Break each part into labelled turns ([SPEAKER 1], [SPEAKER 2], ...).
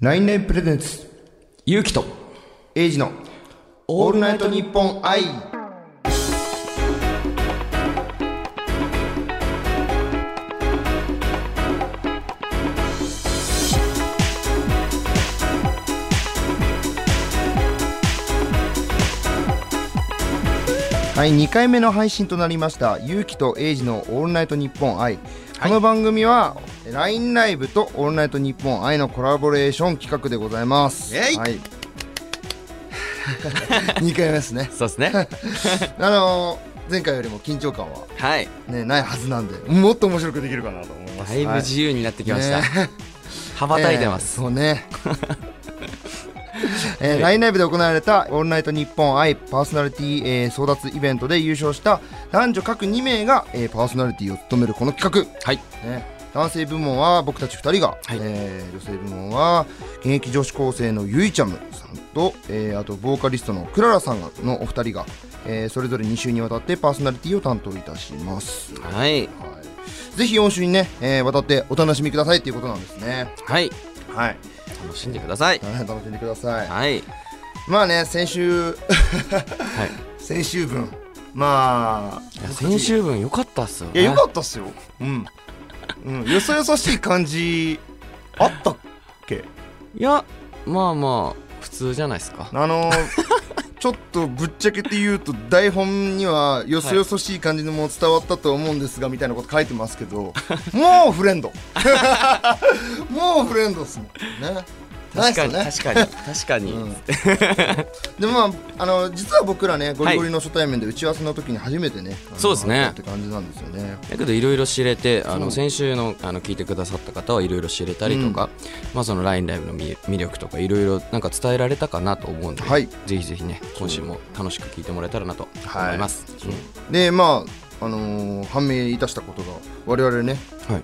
[SPEAKER 1] ナインナインプレゼンツ、
[SPEAKER 2] ゆうきと
[SPEAKER 1] エイジのオールナイトニッポン愛。はい、2回目の配信となりました、ゆうきとエイジのオールナイトニッポン愛。この番組は、LINE ライブとオールナイトニッポン愛のコラボレーション企画でございます。
[SPEAKER 2] イェイ
[SPEAKER 1] はい、2回目 です ね。
[SPEAKER 2] そうで すね
[SPEAKER 1] あのー前回よりも緊張感は、
[SPEAKER 2] はい
[SPEAKER 1] ね、ないはずなんでもっと面白くできるかなと思います
[SPEAKER 2] だいぶ
[SPEAKER 1] はい
[SPEAKER 2] 自由になってきました、
[SPEAKER 1] ね
[SPEAKER 2] 羽ばたいてま
[SPEAKER 1] え
[SPEAKER 2] す、
[SPEAKER 1] ーそう ねえー、ラインライブで行われた「オールナイトニッポン愛パーソナリティ、えー争奪イベントで優勝した男女各2名が、えーパーソナリティを務めるこの企
[SPEAKER 2] はい
[SPEAKER 1] 画、ね、男性部門は僕たち2人が、
[SPEAKER 2] はい
[SPEAKER 1] えー女性部門は現役女子高生のゆいちゃむさんと、えーあとボーカリストのクララさんのお二人が、えーそれぞれ2週にわたってパーソナリティを担当いたします。
[SPEAKER 2] はい
[SPEAKER 1] はい、ぜひ4週にね、えー、渡ってお楽しみくださいっていうことなんですね。
[SPEAKER 2] はい
[SPEAKER 1] はい、
[SPEAKER 2] 楽しんでください
[SPEAKER 1] 大変楽しんでください。
[SPEAKER 2] はい
[SPEAKER 1] まあね、先週、
[SPEAKER 2] はい
[SPEAKER 1] 先週分、ま
[SPEAKER 2] いや
[SPEAKER 1] あ、
[SPEAKER 2] 先週分良かったっすよ
[SPEAKER 1] い
[SPEAKER 2] ね
[SPEAKER 1] や、よかったっすよ。うん、うん、よそよそしい感じ、あったっけ。
[SPEAKER 2] いやまあまあ普通じゃないですか
[SPEAKER 1] あ のーちょっとぶっちゃけて言うと台本にはよそよそしい感じのも伝わったと思うんですがみたいなこと書いてますけ どもうフレンドもうフレンドっすもんね
[SPEAKER 2] 確かに
[SPEAKER 1] ナイス
[SPEAKER 2] 確かに 確かに、
[SPEAKER 1] うんでも、まあ、あの実は僕らねゴリゴリの初対面で打ち合わせの時に初めてね、あの
[SPEAKER 2] そうですね
[SPEAKER 1] 会ったって感じなんですよね
[SPEAKER 2] だけどいろいろ知れてあ
[SPEAKER 1] そう
[SPEAKER 2] の先週のあの聞いてくださった方はいろいろ知れたりとか、まあ、その LINE ライブの魅魅力とかいろいろなんか伝えられたかなと思うんで、
[SPEAKER 1] はい
[SPEAKER 2] ぜひぜひね今週も楽しく聞いてもらえたらなと思います。
[SPEAKER 1] でまああのー判明いたしたことが我々ね
[SPEAKER 2] うんはい、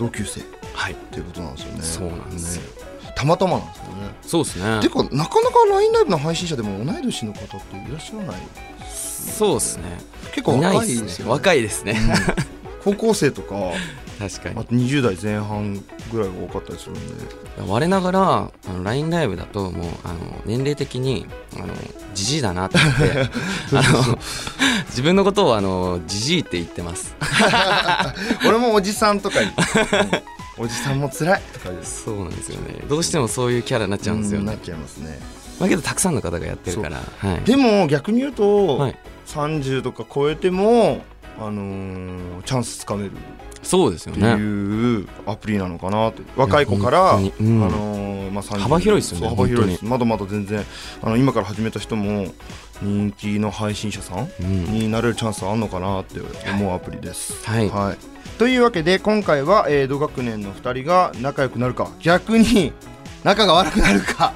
[SPEAKER 1] 同級生っ
[SPEAKER 2] はい、
[SPEAKER 1] ていうことなんですよね
[SPEAKER 2] そうなんですよ
[SPEAKER 1] ねたまたまなんですよね
[SPEAKER 2] そうですね
[SPEAKER 1] てかなかなか LINE ライブの配信者でも同い年の方っていらっしゃらない
[SPEAKER 2] そうですね
[SPEAKER 1] 結構
[SPEAKER 2] いない
[SPEAKER 1] 若い
[SPEAKER 2] っす
[SPEAKER 1] です
[SPEAKER 2] ね
[SPEAKER 1] よ、ね、
[SPEAKER 2] 若いですね、
[SPEAKER 1] 高校生とか
[SPEAKER 2] 確
[SPEAKER 1] あ
[SPEAKER 2] かに
[SPEAKER 1] と20代前半ぐらいが多かったりするんで
[SPEAKER 2] 我ながらあの LINE ライブだともうあの年齢的にあのじじいだ なって思ってあの自分のことをあのじじいって言ってます
[SPEAKER 1] 俺もおじさんとかに、うんおじさんも辛いとかです
[SPEAKER 2] そうなんですよねどうしてもそういうキャラになっちゃうんですよ
[SPEAKER 1] な
[SPEAKER 2] ね
[SPEAKER 1] っちゃいますね
[SPEAKER 2] まあけどたくさんの方がやってるからはい
[SPEAKER 1] でも逆に言うと、
[SPEAKER 2] はい
[SPEAKER 1] 30とか超えても、あのーチャンスつかめるっ
[SPEAKER 2] そうですよ
[SPEAKER 1] てい
[SPEAKER 2] ね
[SPEAKER 1] うアプリなのかなって、若い子から、
[SPEAKER 2] 本当にうん
[SPEAKER 1] あのーまあ、30
[SPEAKER 2] 幅広いっすよね
[SPEAKER 1] そう幅広いで
[SPEAKER 2] 本
[SPEAKER 1] すまだまだ全然あの今から始めた人も人気の配信者さん
[SPEAKER 2] うん
[SPEAKER 1] になれるチャンスあんのかなって思うアプリです。
[SPEAKER 2] はい
[SPEAKER 1] はいというわけで今回は、えー同学年の2人が仲良くなるか逆に仲が悪くなるか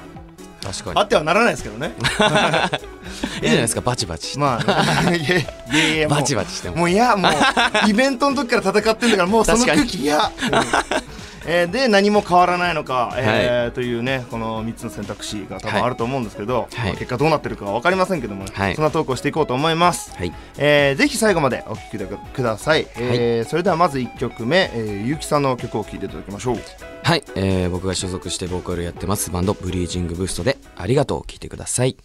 [SPEAKER 2] 確かに
[SPEAKER 1] あってはならないですけど ね。
[SPEAKER 2] いいじゃないですかバチバチ
[SPEAKER 1] まあ、いやいやいやもう
[SPEAKER 2] バチバチしても
[SPEAKER 1] もういやも うイベントの時から戦ってんだからもうその
[SPEAKER 2] 確かに
[SPEAKER 1] 空気嫌、うんえーで何も変わらないのか、えーというねこの3つの選択肢が多分あると思うんですけど、
[SPEAKER 2] はい
[SPEAKER 1] まあ結果どうなってるかは分かりませんけども、
[SPEAKER 2] はい
[SPEAKER 1] そんなトークをしていこうと思います、
[SPEAKER 2] はい
[SPEAKER 1] えーぜひ最後までお聴きください、えーそれではまず1曲目、えー、ゆうきさんの曲を聴いていただきましょう
[SPEAKER 2] はい、えー僕が所属してボーカルやってますバンドブリージングブーストでありがとうを聞いてください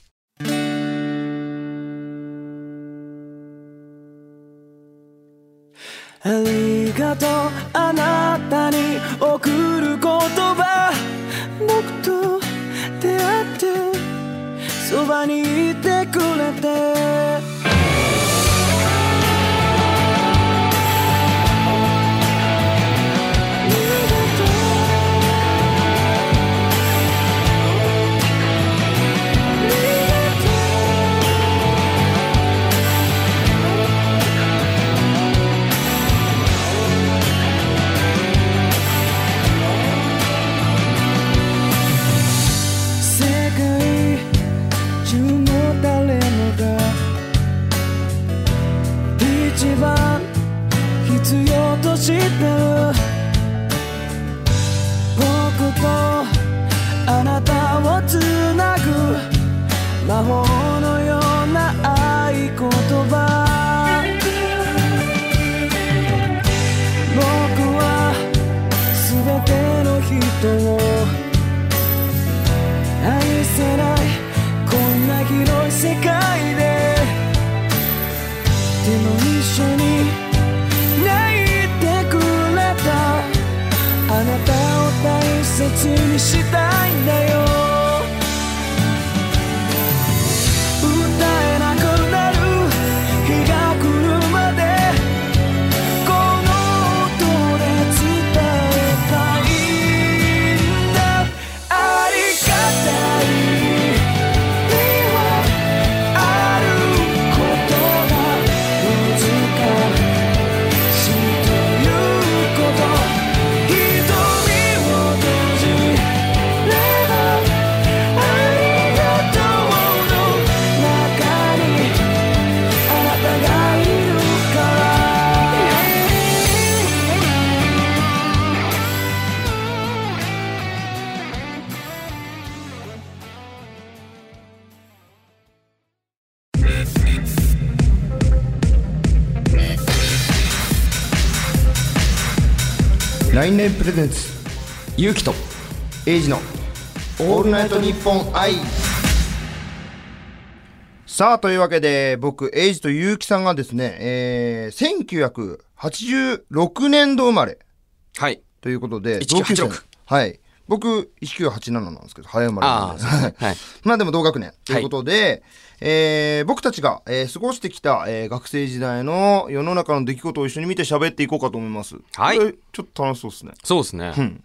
[SPEAKER 3] ありがとうあなたに贈る言葉僕と出会ってそばにいてくれてありがとう世界中の誰もが
[SPEAKER 4] 愛せないこんな広い世界ででも一緒に泣いてくれたあなたを大切にしたいんだよ歌えなくなる日が来るまでこの音で伝えたいんだありがたいにはあることが難しい「瞳を閉じること」「瞳を閉じること」「ありがとうの中にあなたがいるから」
[SPEAKER 1] ラインライブプレゼンツ
[SPEAKER 2] 勇気と
[SPEAKER 1] エイジのオールナイトニッポン愛さあというわけで僕エイジと結城さんがですね、えー、1986年度生まれ
[SPEAKER 2] はい
[SPEAKER 1] ということで
[SPEAKER 2] 1986
[SPEAKER 1] 同級生はい僕1987なんですけど早生まれな
[SPEAKER 2] あ
[SPEAKER 1] んです
[SPEAKER 2] あ
[SPEAKER 1] はい
[SPEAKER 2] はい
[SPEAKER 1] まあでも同学年ということで、えー僕たちが、えー過ごしてきた、えー学生時代の世の中の出来事を一緒に見て喋っていこうかと思います。
[SPEAKER 2] はい
[SPEAKER 1] これちょっと楽しそうですね。
[SPEAKER 2] そうですね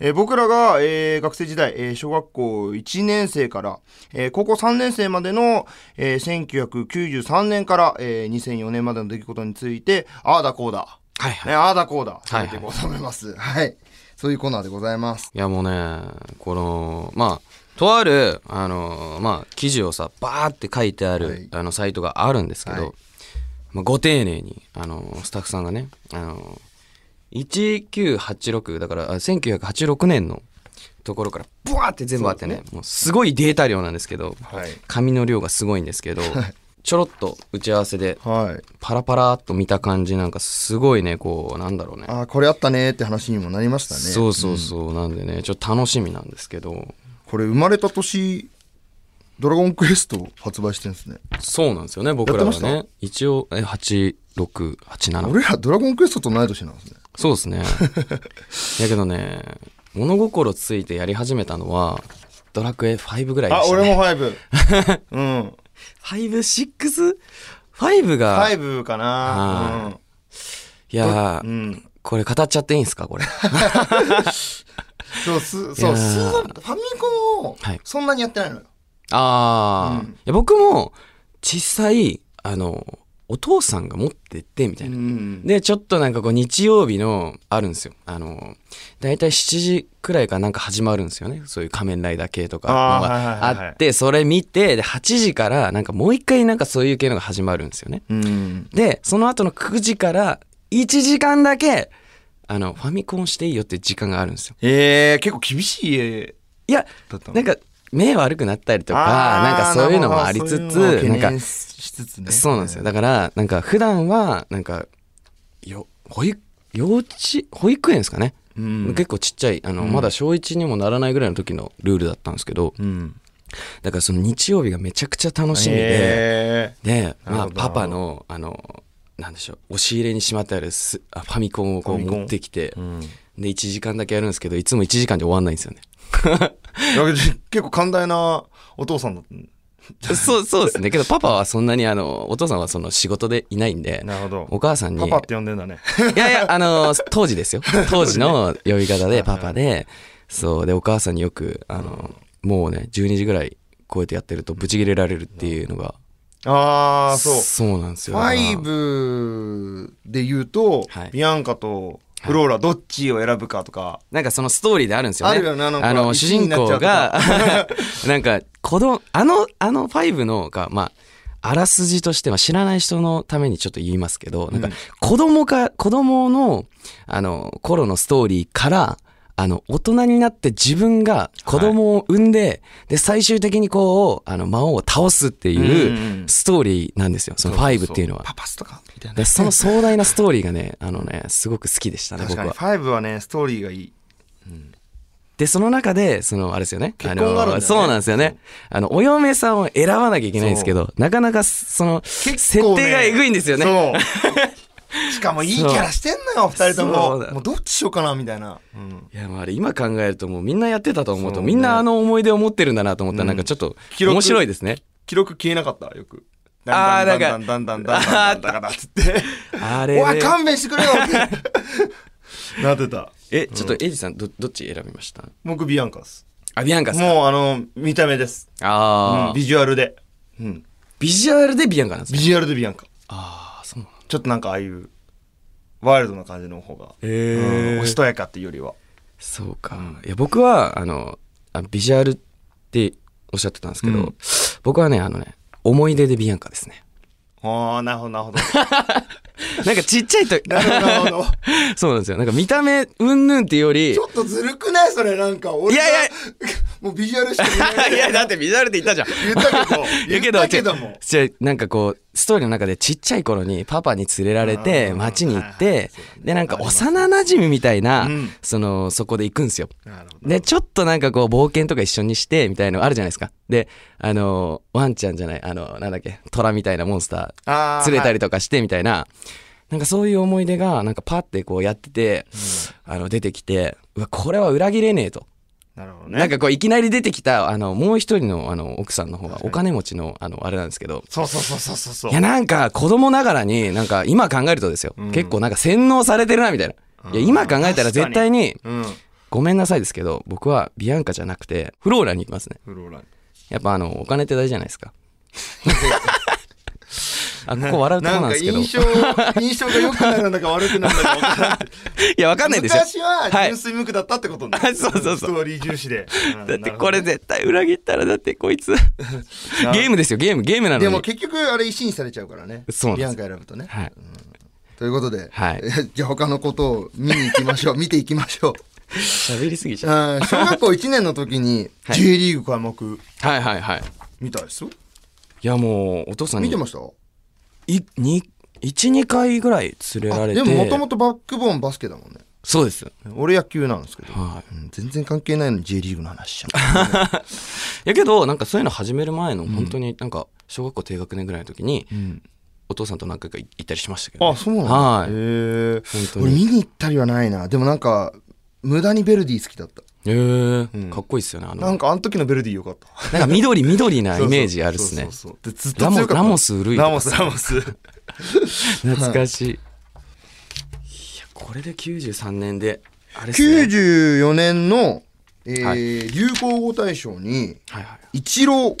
[SPEAKER 1] えー僕らが、えー学生時代、えー小学校1年生から、えー高校3年生までの、えー1993年から、えー2004年までの出来事について、ああだこうだ、
[SPEAKER 2] はい
[SPEAKER 1] ね、
[SPEAKER 2] はい
[SPEAKER 1] ああだこうだ、
[SPEAKER 2] はいは
[SPEAKER 1] 喋
[SPEAKER 2] い
[SPEAKER 1] っていこうと思います。はい。そういうコーナーでございます。
[SPEAKER 2] いやもうねこのまあとあるあのまあ記事をさバーって書いてある、
[SPEAKER 1] はい
[SPEAKER 2] あのサイトがあるんですけど、
[SPEAKER 1] はい
[SPEAKER 2] まあ、ご丁寧にあのスタッフさんがねあの1986だからあ1986年のところからブワーって全部あってねもうすごいデータ量なんですけど、
[SPEAKER 1] はい
[SPEAKER 2] 紙の量がすごいんですけど、ちょろっと打ち合わせで
[SPEAKER 1] はい。
[SPEAKER 2] パラパラっと見た感じなんかすごいねこうなんだろうね
[SPEAKER 1] ああ、これあったねーって話にもなりましたね。
[SPEAKER 2] そうそうそう、なんでねちょっと楽しみなんですけど
[SPEAKER 1] これ生まれた年、ドラゴンクエスト発売してるんですね。
[SPEAKER 2] そうなんですよね僕らは
[SPEAKER 1] やってま
[SPEAKER 2] ね一応え8687
[SPEAKER 1] 俺らドラゴンクエストと同い年なんですね。
[SPEAKER 2] そうで すねやけどね物心ついてやり始めたのはドラクエ5ぐらいで
[SPEAKER 1] あ、
[SPEAKER 2] した
[SPEAKER 1] 俺
[SPEAKER 2] ね
[SPEAKER 1] も5。うん。
[SPEAKER 2] 56?5 が、
[SPEAKER 1] 5か
[SPEAKER 2] は
[SPEAKER 1] な。
[SPEAKER 2] いやー、
[SPEAKER 1] うん。うん
[SPEAKER 2] これ語っちゃっていいんすかこ れ
[SPEAKER 1] そう、す、
[SPEAKER 2] い
[SPEAKER 1] そ
[SPEAKER 2] や
[SPEAKER 1] う、
[SPEAKER 2] ー
[SPEAKER 1] スーファミコンを
[SPEAKER 2] はい
[SPEAKER 1] そんなにやってないのよ。
[SPEAKER 2] あー、
[SPEAKER 1] うん
[SPEAKER 2] いや僕も小さいあのお父さんが持ってってみたいな、
[SPEAKER 1] ん。
[SPEAKER 2] で、ちょっとなんかこう日曜日のあるんですよ。あの、だいたい7時くらいからなんか始まるんですよね。そういう仮面ライダー系とかの
[SPEAKER 1] あー
[SPEAKER 2] が
[SPEAKER 1] はいはいはいはい
[SPEAKER 2] あって、それ見て、で、8時からなんかもう一回なんかそういう系のが始まるんですよね。
[SPEAKER 1] うん。
[SPEAKER 2] で、その後の9時から1時間だけ、あの、ファミコンしていいよって時間があるんですよ。
[SPEAKER 1] ええ、結構厳しい家
[SPEAKER 2] いや、
[SPEAKER 1] だったの
[SPEAKER 2] なんか目悪くなったり
[SPEAKER 1] と
[SPEAKER 2] とか、なんかそういうのもありつつ、なんか、
[SPEAKER 1] しつつね。
[SPEAKER 2] そうなんですよ。だから、なんか普段は、なんか、よ、保育、幼稚、保育園ですかね。
[SPEAKER 1] うん。
[SPEAKER 2] 結構ちっちゃい、あの、
[SPEAKER 1] うん
[SPEAKER 2] まだ小1にもならないぐらいの時のルールだったんですけど、
[SPEAKER 1] うん。
[SPEAKER 2] だからその日曜日がめちゃくちゃ楽しみで、
[SPEAKER 1] え
[SPEAKER 2] で、
[SPEAKER 1] なる
[SPEAKER 2] ま
[SPEAKER 1] ほ
[SPEAKER 2] あ
[SPEAKER 1] ど
[SPEAKER 2] パパの、あの、なんでしょう、押し入れにしまってあるスあファミコンをこう
[SPEAKER 1] ファミコン
[SPEAKER 2] 持ってきて
[SPEAKER 1] え。、うん。だ
[SPEAKER 2] で、1時間だけやるんですけど、いつも1時間で終わんないんで すよね。
[SPEAKER 1] けど結構寛大なお父さんだったんだ
[SPEAKER 2] そう、そう ですね。けどパパはそんなに、あの、お父さんはその仕事でいないんで、
[SPEAKER 1] なるほ
[SPEAKER 2] お
[SPEAKER 1] ど。
[SPEAKER 2] 母さんに、
[SPEAKER 1] パパって呼んでん だね。
[SPEAKER 2] いやいや、あのー当時ですよ。 当時の呼び方で、パパで、そう、で、お母さんによく、あのーもうね、12時ぐらい超えてやってると、ブチ切れられるっていうのが、
[SPEAKER 1] ああ、そう。
[SPEAKER 2] そうなんです
[SPEAKER 1] フ
[SPEAKER 2] よ。だから
[SPEAKER 1] ァイブで言うと
[SPEAKER 2] はい、
[SPEAKER 1] ビアンカとフローラどっちを選ぶかとか。
[SPEAKER 2] なんかそのストーリーであるんですよね。
[SPEAKER 1] あるよねなんか
[SPEAKER 2] あの、
[SPEAKER 1] 一
[SPEAKER 2] 主
[SPEAKER 1] 位に
[SPEAKER 2] 人
[SPEAKER 1] なっちゃう
[SPEAKER 2] 公
[SPEAKER 1] とか
[SPEAKER 2] が、なんか、子供、あの、あの5のが、まあ、あらすじとしては知らない人のためにちょっと言いますけど、なんか
[SPEAKER 1] うん、
[SPEAKER 2] 子供か、子供の、あの、頃のストーリーから、あの、大人になって自分が子供を産んで、で、最終的にこう、あの、魔王を倒すって
[SPEAKER 1] うん
[SPEAKER 2] いううんストーリーなんですよ。その5っていうのは。
[SPEAKER 1] パパスとかみたいな。
[SPEAKER 2] でその壮大なストーリーがね、あのね、すごく好きでしたね、
[SPEAKER 1] 確
[SPEAKER 2] 僕
[SPEAKER 1] かに
[SPEAKER 2] は。
[SPEAKER 1] 5はねストーリーがいい、
[SPEAKER 2] で、その中で、その、あれですよね。
[SPEAKER 1] 結婚があるんだよね
[SPEAKER 2] のそうなんですよね。あの、お嫁さんを選ばなきゃいけないんですけど、なかなか、その、設定がえぐいんですよね。
[SPEAKER 1] そう。しかもいいキャラしてんのよ、二人と
[SPEAKER 2] そ
[SPEAKER 1] も
[SPEAKER 2] うだ。
[SPEAKER 1] もうどっちしようかな、みたいな。うん
[SPEAKER 2] いや、まあ、あれ、今考えるともうみんなやってたと思う
[SPEAKER 1] そ
[SPEAKER 2] と、
[SPEAKER 1] うね
[SPEAKER 2] みんなあの思い出を持ってるんだなと思ったら、なんかちょっと、
[SPEAKER 1] 記録
[SPEAKER 2] 面白いですね。
[SPEAKER 1] 記録消えなかった、よく。
[SPEAKER 2] あー
[SPEAKER 1] だんだんだんだんだんだんだんだんだんだんだんだんつって。
[SPEAKER 2] あれ
[SPEAKER 1] おい、
[SPEAKER 2] で、
[SPEAKER 1] 勘弁してくれよって。なってた。
[SPEAKER 2] え、ちょっと、エイジさん、ど、どっち選びました
[SPEAKER 1] 僕、ビアンカです。
[SPEAKER 2] あ、ビアンカさん。
[SPEAKER 1] もう、あの、見た目です。
[SPEAKER 2] ああ、
[SPEAKER 1] うんビジュアルで。うん
[SPEAKER 2] ビジュアルでビアンカなんです
[SPEAKER 1] ビ
[SPEAKER 2] ね。
[SPEAKER 1] ジュアルでビアンカ。
[SPEAKER 2] ああ、そうなんだ。
[SPEAKER 1] ちょっとなんかああいう、ワイルドな感じの方が。うんおしとやかっていうよりは。
[SPEAKER 2] そうか。いや、僕は、あの、あビジュアルっておっしゃってたんですけど、
[SPEAKER 1] うん
[SPEAKER 2] 僕はね、あのね、思い出でビアンカですね。
[SPEAKER 1] ああ、なるほど、なるほど。
[SPEAKER 2] なんかちっちゃいと、
[SPEAKER 1] なるほどなるほど。
[SPEAKER 2] そうなんですよ。なんか見た目、うんぬん っていうより、
[SPEAKER 1] ちょっとずるくないそれなんか俺が
[SPEAKER 2] いやいや
[SPEAKER 1] もうビジュアルしか見えない
[SPEAKER 2] いや、だってビジュアルって言ったじゃん。
[SPEAKER 1] 言った けど言ったけども
[SPEAKER 2] 違う違うなんかこうストーリーの中でちっちゃい頃にパパに連れられて
[SPEAKER 1] うん
[SPEAKER 2] 街に行っ
[SPEAKER 1] はいはい
[SPEAKER 2] て
[SPEAKER 1] そうだね
[SPEAKER 2] でなん
[SPEAKER 1] あ
[SPEAKER 2] か
[SPEAKER 1] ります
[SPEAKER 2] 幼馴染みたいな
[SPEAKER 1] うん
[SPEAKER 2] そのそこで行くんですよ
[SPEAKER 1] なるほど
[SPEAKER 2] でちょっとなんかこう冒険とか一緒にしてみたいのあるじゃないですかであのワンちゃんじゃないあのなんだっけ虎みたいなモンスタ
[SPEAKER 1] あ
[SPEAKER 2] ー
[SPEAKER 1] ー
[SPEAKER 2] 連れたりとかしてみたいななんかそういう思い出がなんかパってこうやっててあの出てきてうわこれは裏切れねえと
[SPEAKER 1] なるほど
[SPEAKER 2] なん
[SPEAKER 1] ね
[SPEAKER 2] かこういきなり出てきたあのもう一人のあの奥さんの方がお金持ちのあのあれなんですけど
[SPEAKER 1] そうそうそうそうそうそう
[SPEAKER 2] いやなんか子供ながらになんか今考えるとですよ、
[SPEAKER 1] うん
[SPEAKER 2] 結構なんか洗脳されてるなみたいな、いや今考えたら絶対に
[SPEAKER 1] うん
[SPEAKER 2] ごめんなさいですけど僕はビアンカじゃなくてフローラにいますね
[SPEAKER 1] フローラン
[SPEAKER 2] やっぱあのお金って大事じゃないで すかあここ笑うとこなんですけど
[SPEAKER 1] なん
[SPEAKER 2] い
[SPEAKER 1] か 印象印象が良くなるのか悪くなるのか分からん
[SPEAKER 2] やわかんないですよ
[SPEAKER 1] 昔は
[SPEAKER 2] はい
[SPEAKER 1] 純粋無垢だったってことね
[SPEAKER 2] そうそうそう
[SPEAKER 1] ストーリー重視でうん
[SPEAKER 2] だって
[SPEAKER 1] なるほ
[SPEAKER 2] こ
[SPEAKER 1] ど
[SPEAKER 2] れ絶対裏切ったらだってこいつゲームですよゲームゲームなのに
[SPEAKER 1] でも結局あれ石にされちゃうからね
[SPEAKER 2] そうなん
[SPEAKER 1] ビ
[SPEAKER 2] です
[SPEAKER 1] アンカ選ぶとね
[SPEAKER 2] はい、
[SPEAKER 1] ということで
[SPEAKER 2] はい
[SPEAKER 1] じゃあ他のことを見に行きましょう見ていきましょう
[SPEAKER 2] 喋りすぎちゃう
[SPEAKER 1] うん小学校1年の時に
[SPEAKER 2] はい
[SPEAKER 1] J リーグ開幕
[SPEAKER 2] はいはいはい
[SPEAKER 1] みたいですよ。
[SPEAKER 2] いやもうお父さん
[SPEAKER 1] 見
[SPEAKER 2] に
[SPEAKER 1] てました
[SPEAKER 2] 12回ぐらい連れら
[SPEAKER 1] あ
[SPEAKER 2] れ
[SPEAKER 1] で
[SPEAKER 2] て
[SPEAKER 1] ももともとバックボーンバスケだもんね。
[SPEAKER 2] そうです
[SPEAKER 1] 俺野球なんですけど。
[SPEAKER 2] は
[SPEAKER 1] うん全然関係ないのに J リーグの話しち ゃ
[SPEAKER 2] いやけどなんかそういうの始める前の本当になんか小学校低学年ぐらいの時に
[SPEAKER 1] う。うん
[SPEAKER 2] お父さんと何回か行ったりしましたけど、
[SPEAKER 1] あ、
[SPEAKER 2] ね、
[SPEAKER 1] そうなんだ。
[SPEAKER 2] はい
[SPEAKER 1] へえ
[SPEAKER 2] 本当に
[SPEAKER 1] 俺見に行ったりはないな。でもなんか、無駄にベルディ好きだった。
[SPEAKER 2] へえ
[SPEAKER 1] うん
[SPEAKER 2] かっこいいっすよねあの
[SPEAKER 1] な
[SPEAKER 2] なんん
[SPEAKER 1] かあの時のベルディよかった。
[SPEAKER 2] か緑緑 なイメージあるっすね
[SPEAKER 1] そうそうそうでずっと
[SPEAKER 2] ラ
[SPEAKER 1] 強か
[SPEAKER 2] モ
[SPEAKER 1] った
[SPEAKER 2] ラモスルイと
[SPEAKER 1] ラ
[SPEAKER 2] か
[SPEAKER 1] モス、ラモ ス。
[SPEAKER 2] 懐かしい、い、やこれで93年であれっすね
[SPEAKER 1] 94年の、えー
[SPEAKER 2] は
[SPEAKER 1] 流行語大賞に、
[SPEAKER 2] はいはい
[SPEAKER 1] イチローっ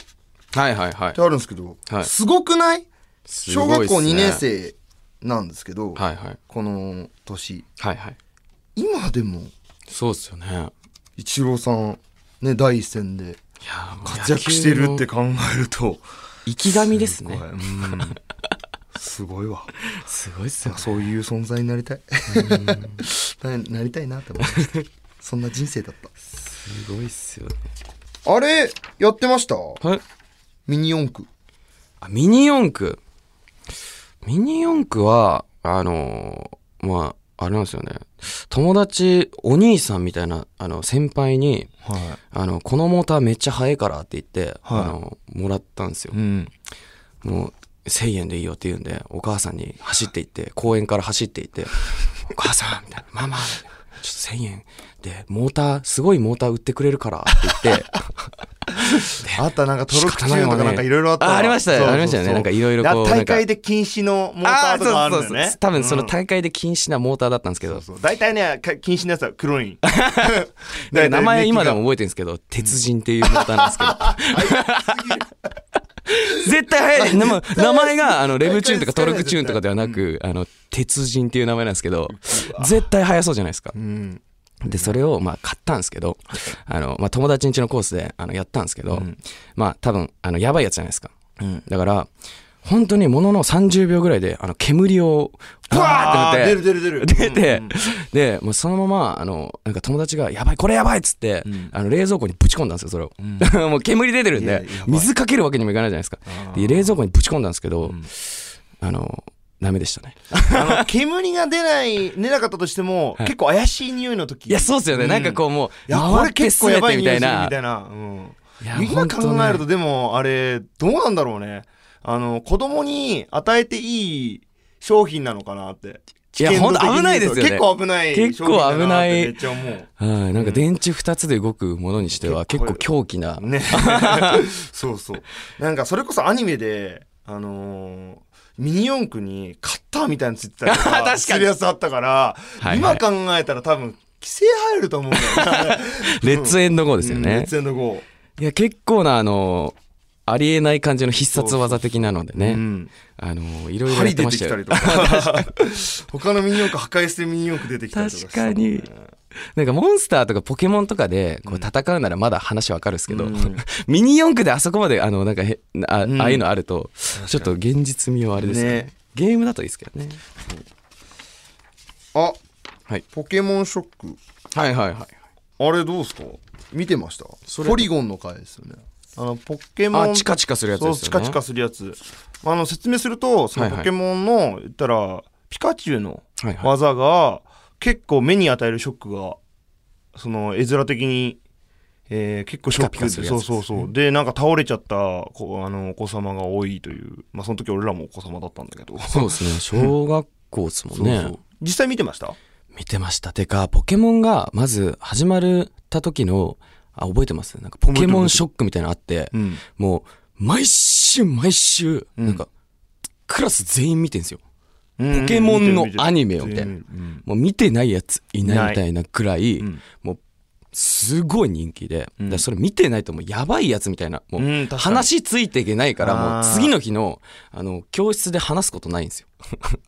[SPEAKER 2] はいはいはい
[SPEAKER 1] てあるんですけど、
[SPEAKER 2] はい
[SPEAKER 1] すごくない
[SPEAKER 2] す
[SPEAKER 1] 小
[SPEAKER 2] ご
[SPEAKER 1] 学
[SPEAKER 2] いっす
[SPEAKER 1] 校
[SPEAKER 2] ね
[SPEAKER 1] 2年生なんですけど、
[SPEAKER 2] はいはい
[SPEAKER 1] この年
[SPEAKER 2] はいはい
[SPEAKER 1] 今でも
[SPEAKER 2] そうっすよねいや
[SPEAKER 1] イチローさんね第一線で
[SPEAKER 2] ー
[SPEAKER 1] 活躍してるっ
[SPEAKER 2] 野球
[SPEAKER 1] て
[SPEAKER 2] の
[SPEAKER 1] 考えると
[SPEAKER 2] 生きがみですね
[SPEAKER 1] これうんすごいわ
[SPEAKER 2] すごいっすよね
[SPEAKER 1] そういう存在になりたいな なりたいなって思いましたそんな人生だっ
[SPEAKER 2] すごいっすよね
[SPEAKER 1] たあれやってました
[SPEAKER 2] はい
[SPEAKER 1] ミニ四駆
[SPEAKER 2] あミニ四駆ミニ四駆はあのーまああれなんですよね友達お兄さんみたいなあの先輩に
[SPEAKER 1] は
[SPEAKER 2] あの「このモーターめっちゃ速いから」って言って、
[SPEAKER 1] はい
[SPEAKER 2] あのもらったんですよ、
[SPEAKER 1] ん
[SPEAKER 2] もう1,000円でいいよって言うんでお母さんに走って行って公園から走って行って「お母さん」みたいな「ママ」ちょっと1,000円でモーターすごいモーター売ってくれるからって言って
[SPEAKER 1] あったなんかトロックチューンと
[SPEAKER 2] 仕方ないわ
[SPEAKER 1] か
[SPEAKER 2] ね
[SPEAKER 1] なんかいろいろあったわ
[SPEAKER 2] あありましたよ
[SPEAKER 1] そうそうそう
[SPEAKER 2] ありましたよねなんかいろいろこう
[SPEAKER 1] 大会で禁止のモーターとか もあるんだよね
[SPEAKER 2] 多分その
[SPEAKER 1] うん
[SPEAKER 2] 大会で禁止なモーターだったんですけど、
[SPEAKER 1] そう大体ねか禁止のやつは黒 い
[SPEAKER 2] だから名前今でも覚えてるんですけど、鉄人っていうモーターなんです けど。絶対 早いでも名前があのレブチューンとかトルクチューンとかではなく、あの鉄人っていう名前なんですけど、絶対速そうじゃないですか
[SPEAKER 1] う。ん
[SPEAKER 2] で、それをまあ買ったんですけど、あの、まあ友達ん家のコースであのやったんですけど、まあ多分、あの、やばいやつじゃないですか。
[SPEAKER 1] うん
[SPEAKER 2] だから、本当にものの30秒ぐらいで、あの、煙を、ブワーってなっ
[SPEAKER 1] 出
[SPEAKER 2] て、
[SPEAKER 1] る出る出る
[SPEAKER 2] 出て、で、もうそのまま、あの、なんか友達が、やばい、これやばいっつって、あの、冷蔵庫にぶち込んだんですよ、それを。 もう煙出てるん
[SPEAKER 1] いやや
[SPEAKER 2] で
[SPEAKER 1] ばい、
[SPEAKER 2] 水かけるわけにもいかないじゃないですか。で、冷蔵庫にぶち込んだんですけど、あの、ダメでしたね。
[SPEAKER 1] あの煙が出ない出なかったとしても、
[SPEAKER 2] はい
[SPEAKER 1] 結構怪しい匂いの時
[SPEAKER 2] いや、そうですよね。
[SPEAKER 1] うん
[SPEAKER 2] なんかこうもう、
[SPEAKER 1] いやこ
[SPEAKER 2] 回
[SPEAKER 1] れ
[SPEAKER 2] って
[SPEAKER 1] 結構や
[SPEAKER 2] 全
[SPEAKER 1] ばい
[SPEAKER 2] て
[SPEAKER 1] 匂
[SPEAKER 2] み
[SPEAKER 1] いす
[SPEAKER 2] た
[SPEAKER 1] る
[SPEAKER 2] い
[SPEAKER 1] み
[SPEAKER 2] な
[SPEAKER 1] た。いな、うん
[SPEAKER 2] いや
[SPEAKER 1] 今考えると
[SPEAKER 2] 本
[SPEAKER 1] でもあれどうなんだろうねあの子供に与えていい商品なのかなって
[SPEAKER 2] いや
[SPEAKER 1] 危険度的に
[SPEAKER 2] ほんと危ないですよね
[SPEAKER 1] 結構危ない商品だなってめっちゃ思 う
[SPEAKER 2] 当ねはい、なんか電池二つで動くものにしては結構狂気な。
[SPEAKER 1] ねそうそうなんかそれこそアニメであのーミニ四駆にカッターみたいについてたりと
[SPEAKER 2] 確か
[SPEAKER 1] か
[SPEAKER 2] に
[SPEAKER 1] するやつあったから
[SPEAKER 2] はい
[SPEAKER 1] 今考えたら多分規制入ると思うんだ よね
[SPEAKER 2] レッツエンドゴーですよ
[SPEAKER 1] うんレッ
[SPEAKER 2] ね。
[SPEAKER 1] ツエンドゴー
[SPEAKER 2] いや、結構なあの、ありえない感じの必殺技的なので
[SPEAKER 1] う
[SPEAKER 2] ね。
[SPEAKER 1] ん
[SPEAKER 2] あの、いろいろやっ
[SPEAKER 1] 針
[SPEAKER 2] て
[SPEAKER 1] 出
[SPEAKER 2] ま
[SPEAKER 1] て
[SPEAKER 2] し
[SPEAKER 1] き
[SPEAKER 2] た
[SPEAKER 1] たり
[SPEAKER 2] よ。
[SPEAKER 1] と か他のミニ四駆破壊してミニ四駆出てきたりとか
[SPEAKER 2] 確かに。なんかモンスターとかポケモンとかでこう戦うならまだ話わかるんですけど、
[SPEAKER 1] うん
[SPEAKER 2] ミニ四駆であそこまであのなんかへあ,、
[SPEAKER 1] うん
[SPEAKER 2] ああいうのあるとちょっと現実味はあれですね
[SPEAKER 1] ね
[SPEAKER 2] ゲームだといいですけどね
[SPEAKER 1] あ
[SPEAKER 2] はい
[SPEAKER 1] ポケモンショック
[SPEAKER 2] はいはいはい
[SPEAKER 1] あれどうすか見てましたポリゴンの回ですよねあのポケモン
[SPEAKER 2] あチカチカするやつですよね
[SPEAKER 1] そうチカチカするやつあの説明するとその
[SPEAKER 2] はいは
[SPEAKER 1] ポ
[SPEAKER 2] い
[SPEAKER 1] ケモンの、言ったらピカチュウの
[SPEAKER 2] はいはい
[SPEAKER 1] 技が結構目に与えるショックがその絵面的に、えー結構ショック
[SPEAKER 2] ピカピカするやつ
[SPEAKER 1] そ
[SPEAKER 2] で
[SPEAKER 1] う
[SPEAKER 2] す
[SPEAKER 1] そうそうでなんか倒れちゃったこあのお子様が多いというまあその時俺らもお子様だったんだけど
[SPEAKER 2] そうですね小学校ですもんね
[SPEAKER 1] 実際見てました
[SPEAKER 2] 見てましたてかポケモンがまず始まった時のあ覚えてますなんかポケモンショックみたいなのあって、
[SPEAKER 1] ん
[SPEAKER 2] もう毎週毎週
[SPEAKER 1] うん
[SPEAKER 2] なんかクラス全員見てんですよ
[SPEAKER 1] ポ
[SPEAKER 2] ポケモンのアニメをみたいなもう見てないやついないみたいなくらい、
[SPEAKER 1] うん
[SPEAKER 2] もうすごい人気で、
[SPEAKER 1] うん
[SPEAKER 2] だからそれ見てないともうやばいやつみたいなもう
[SPEAKER 1] うん確かに
[SPEAKER 2] 話ついていけないからも
[SPEAKER 1] あ
[SPEAKER 2] う
[SPEAKER 1] ー
[SPEAKER 2] 次の日のあの教室で話すことないんですよ。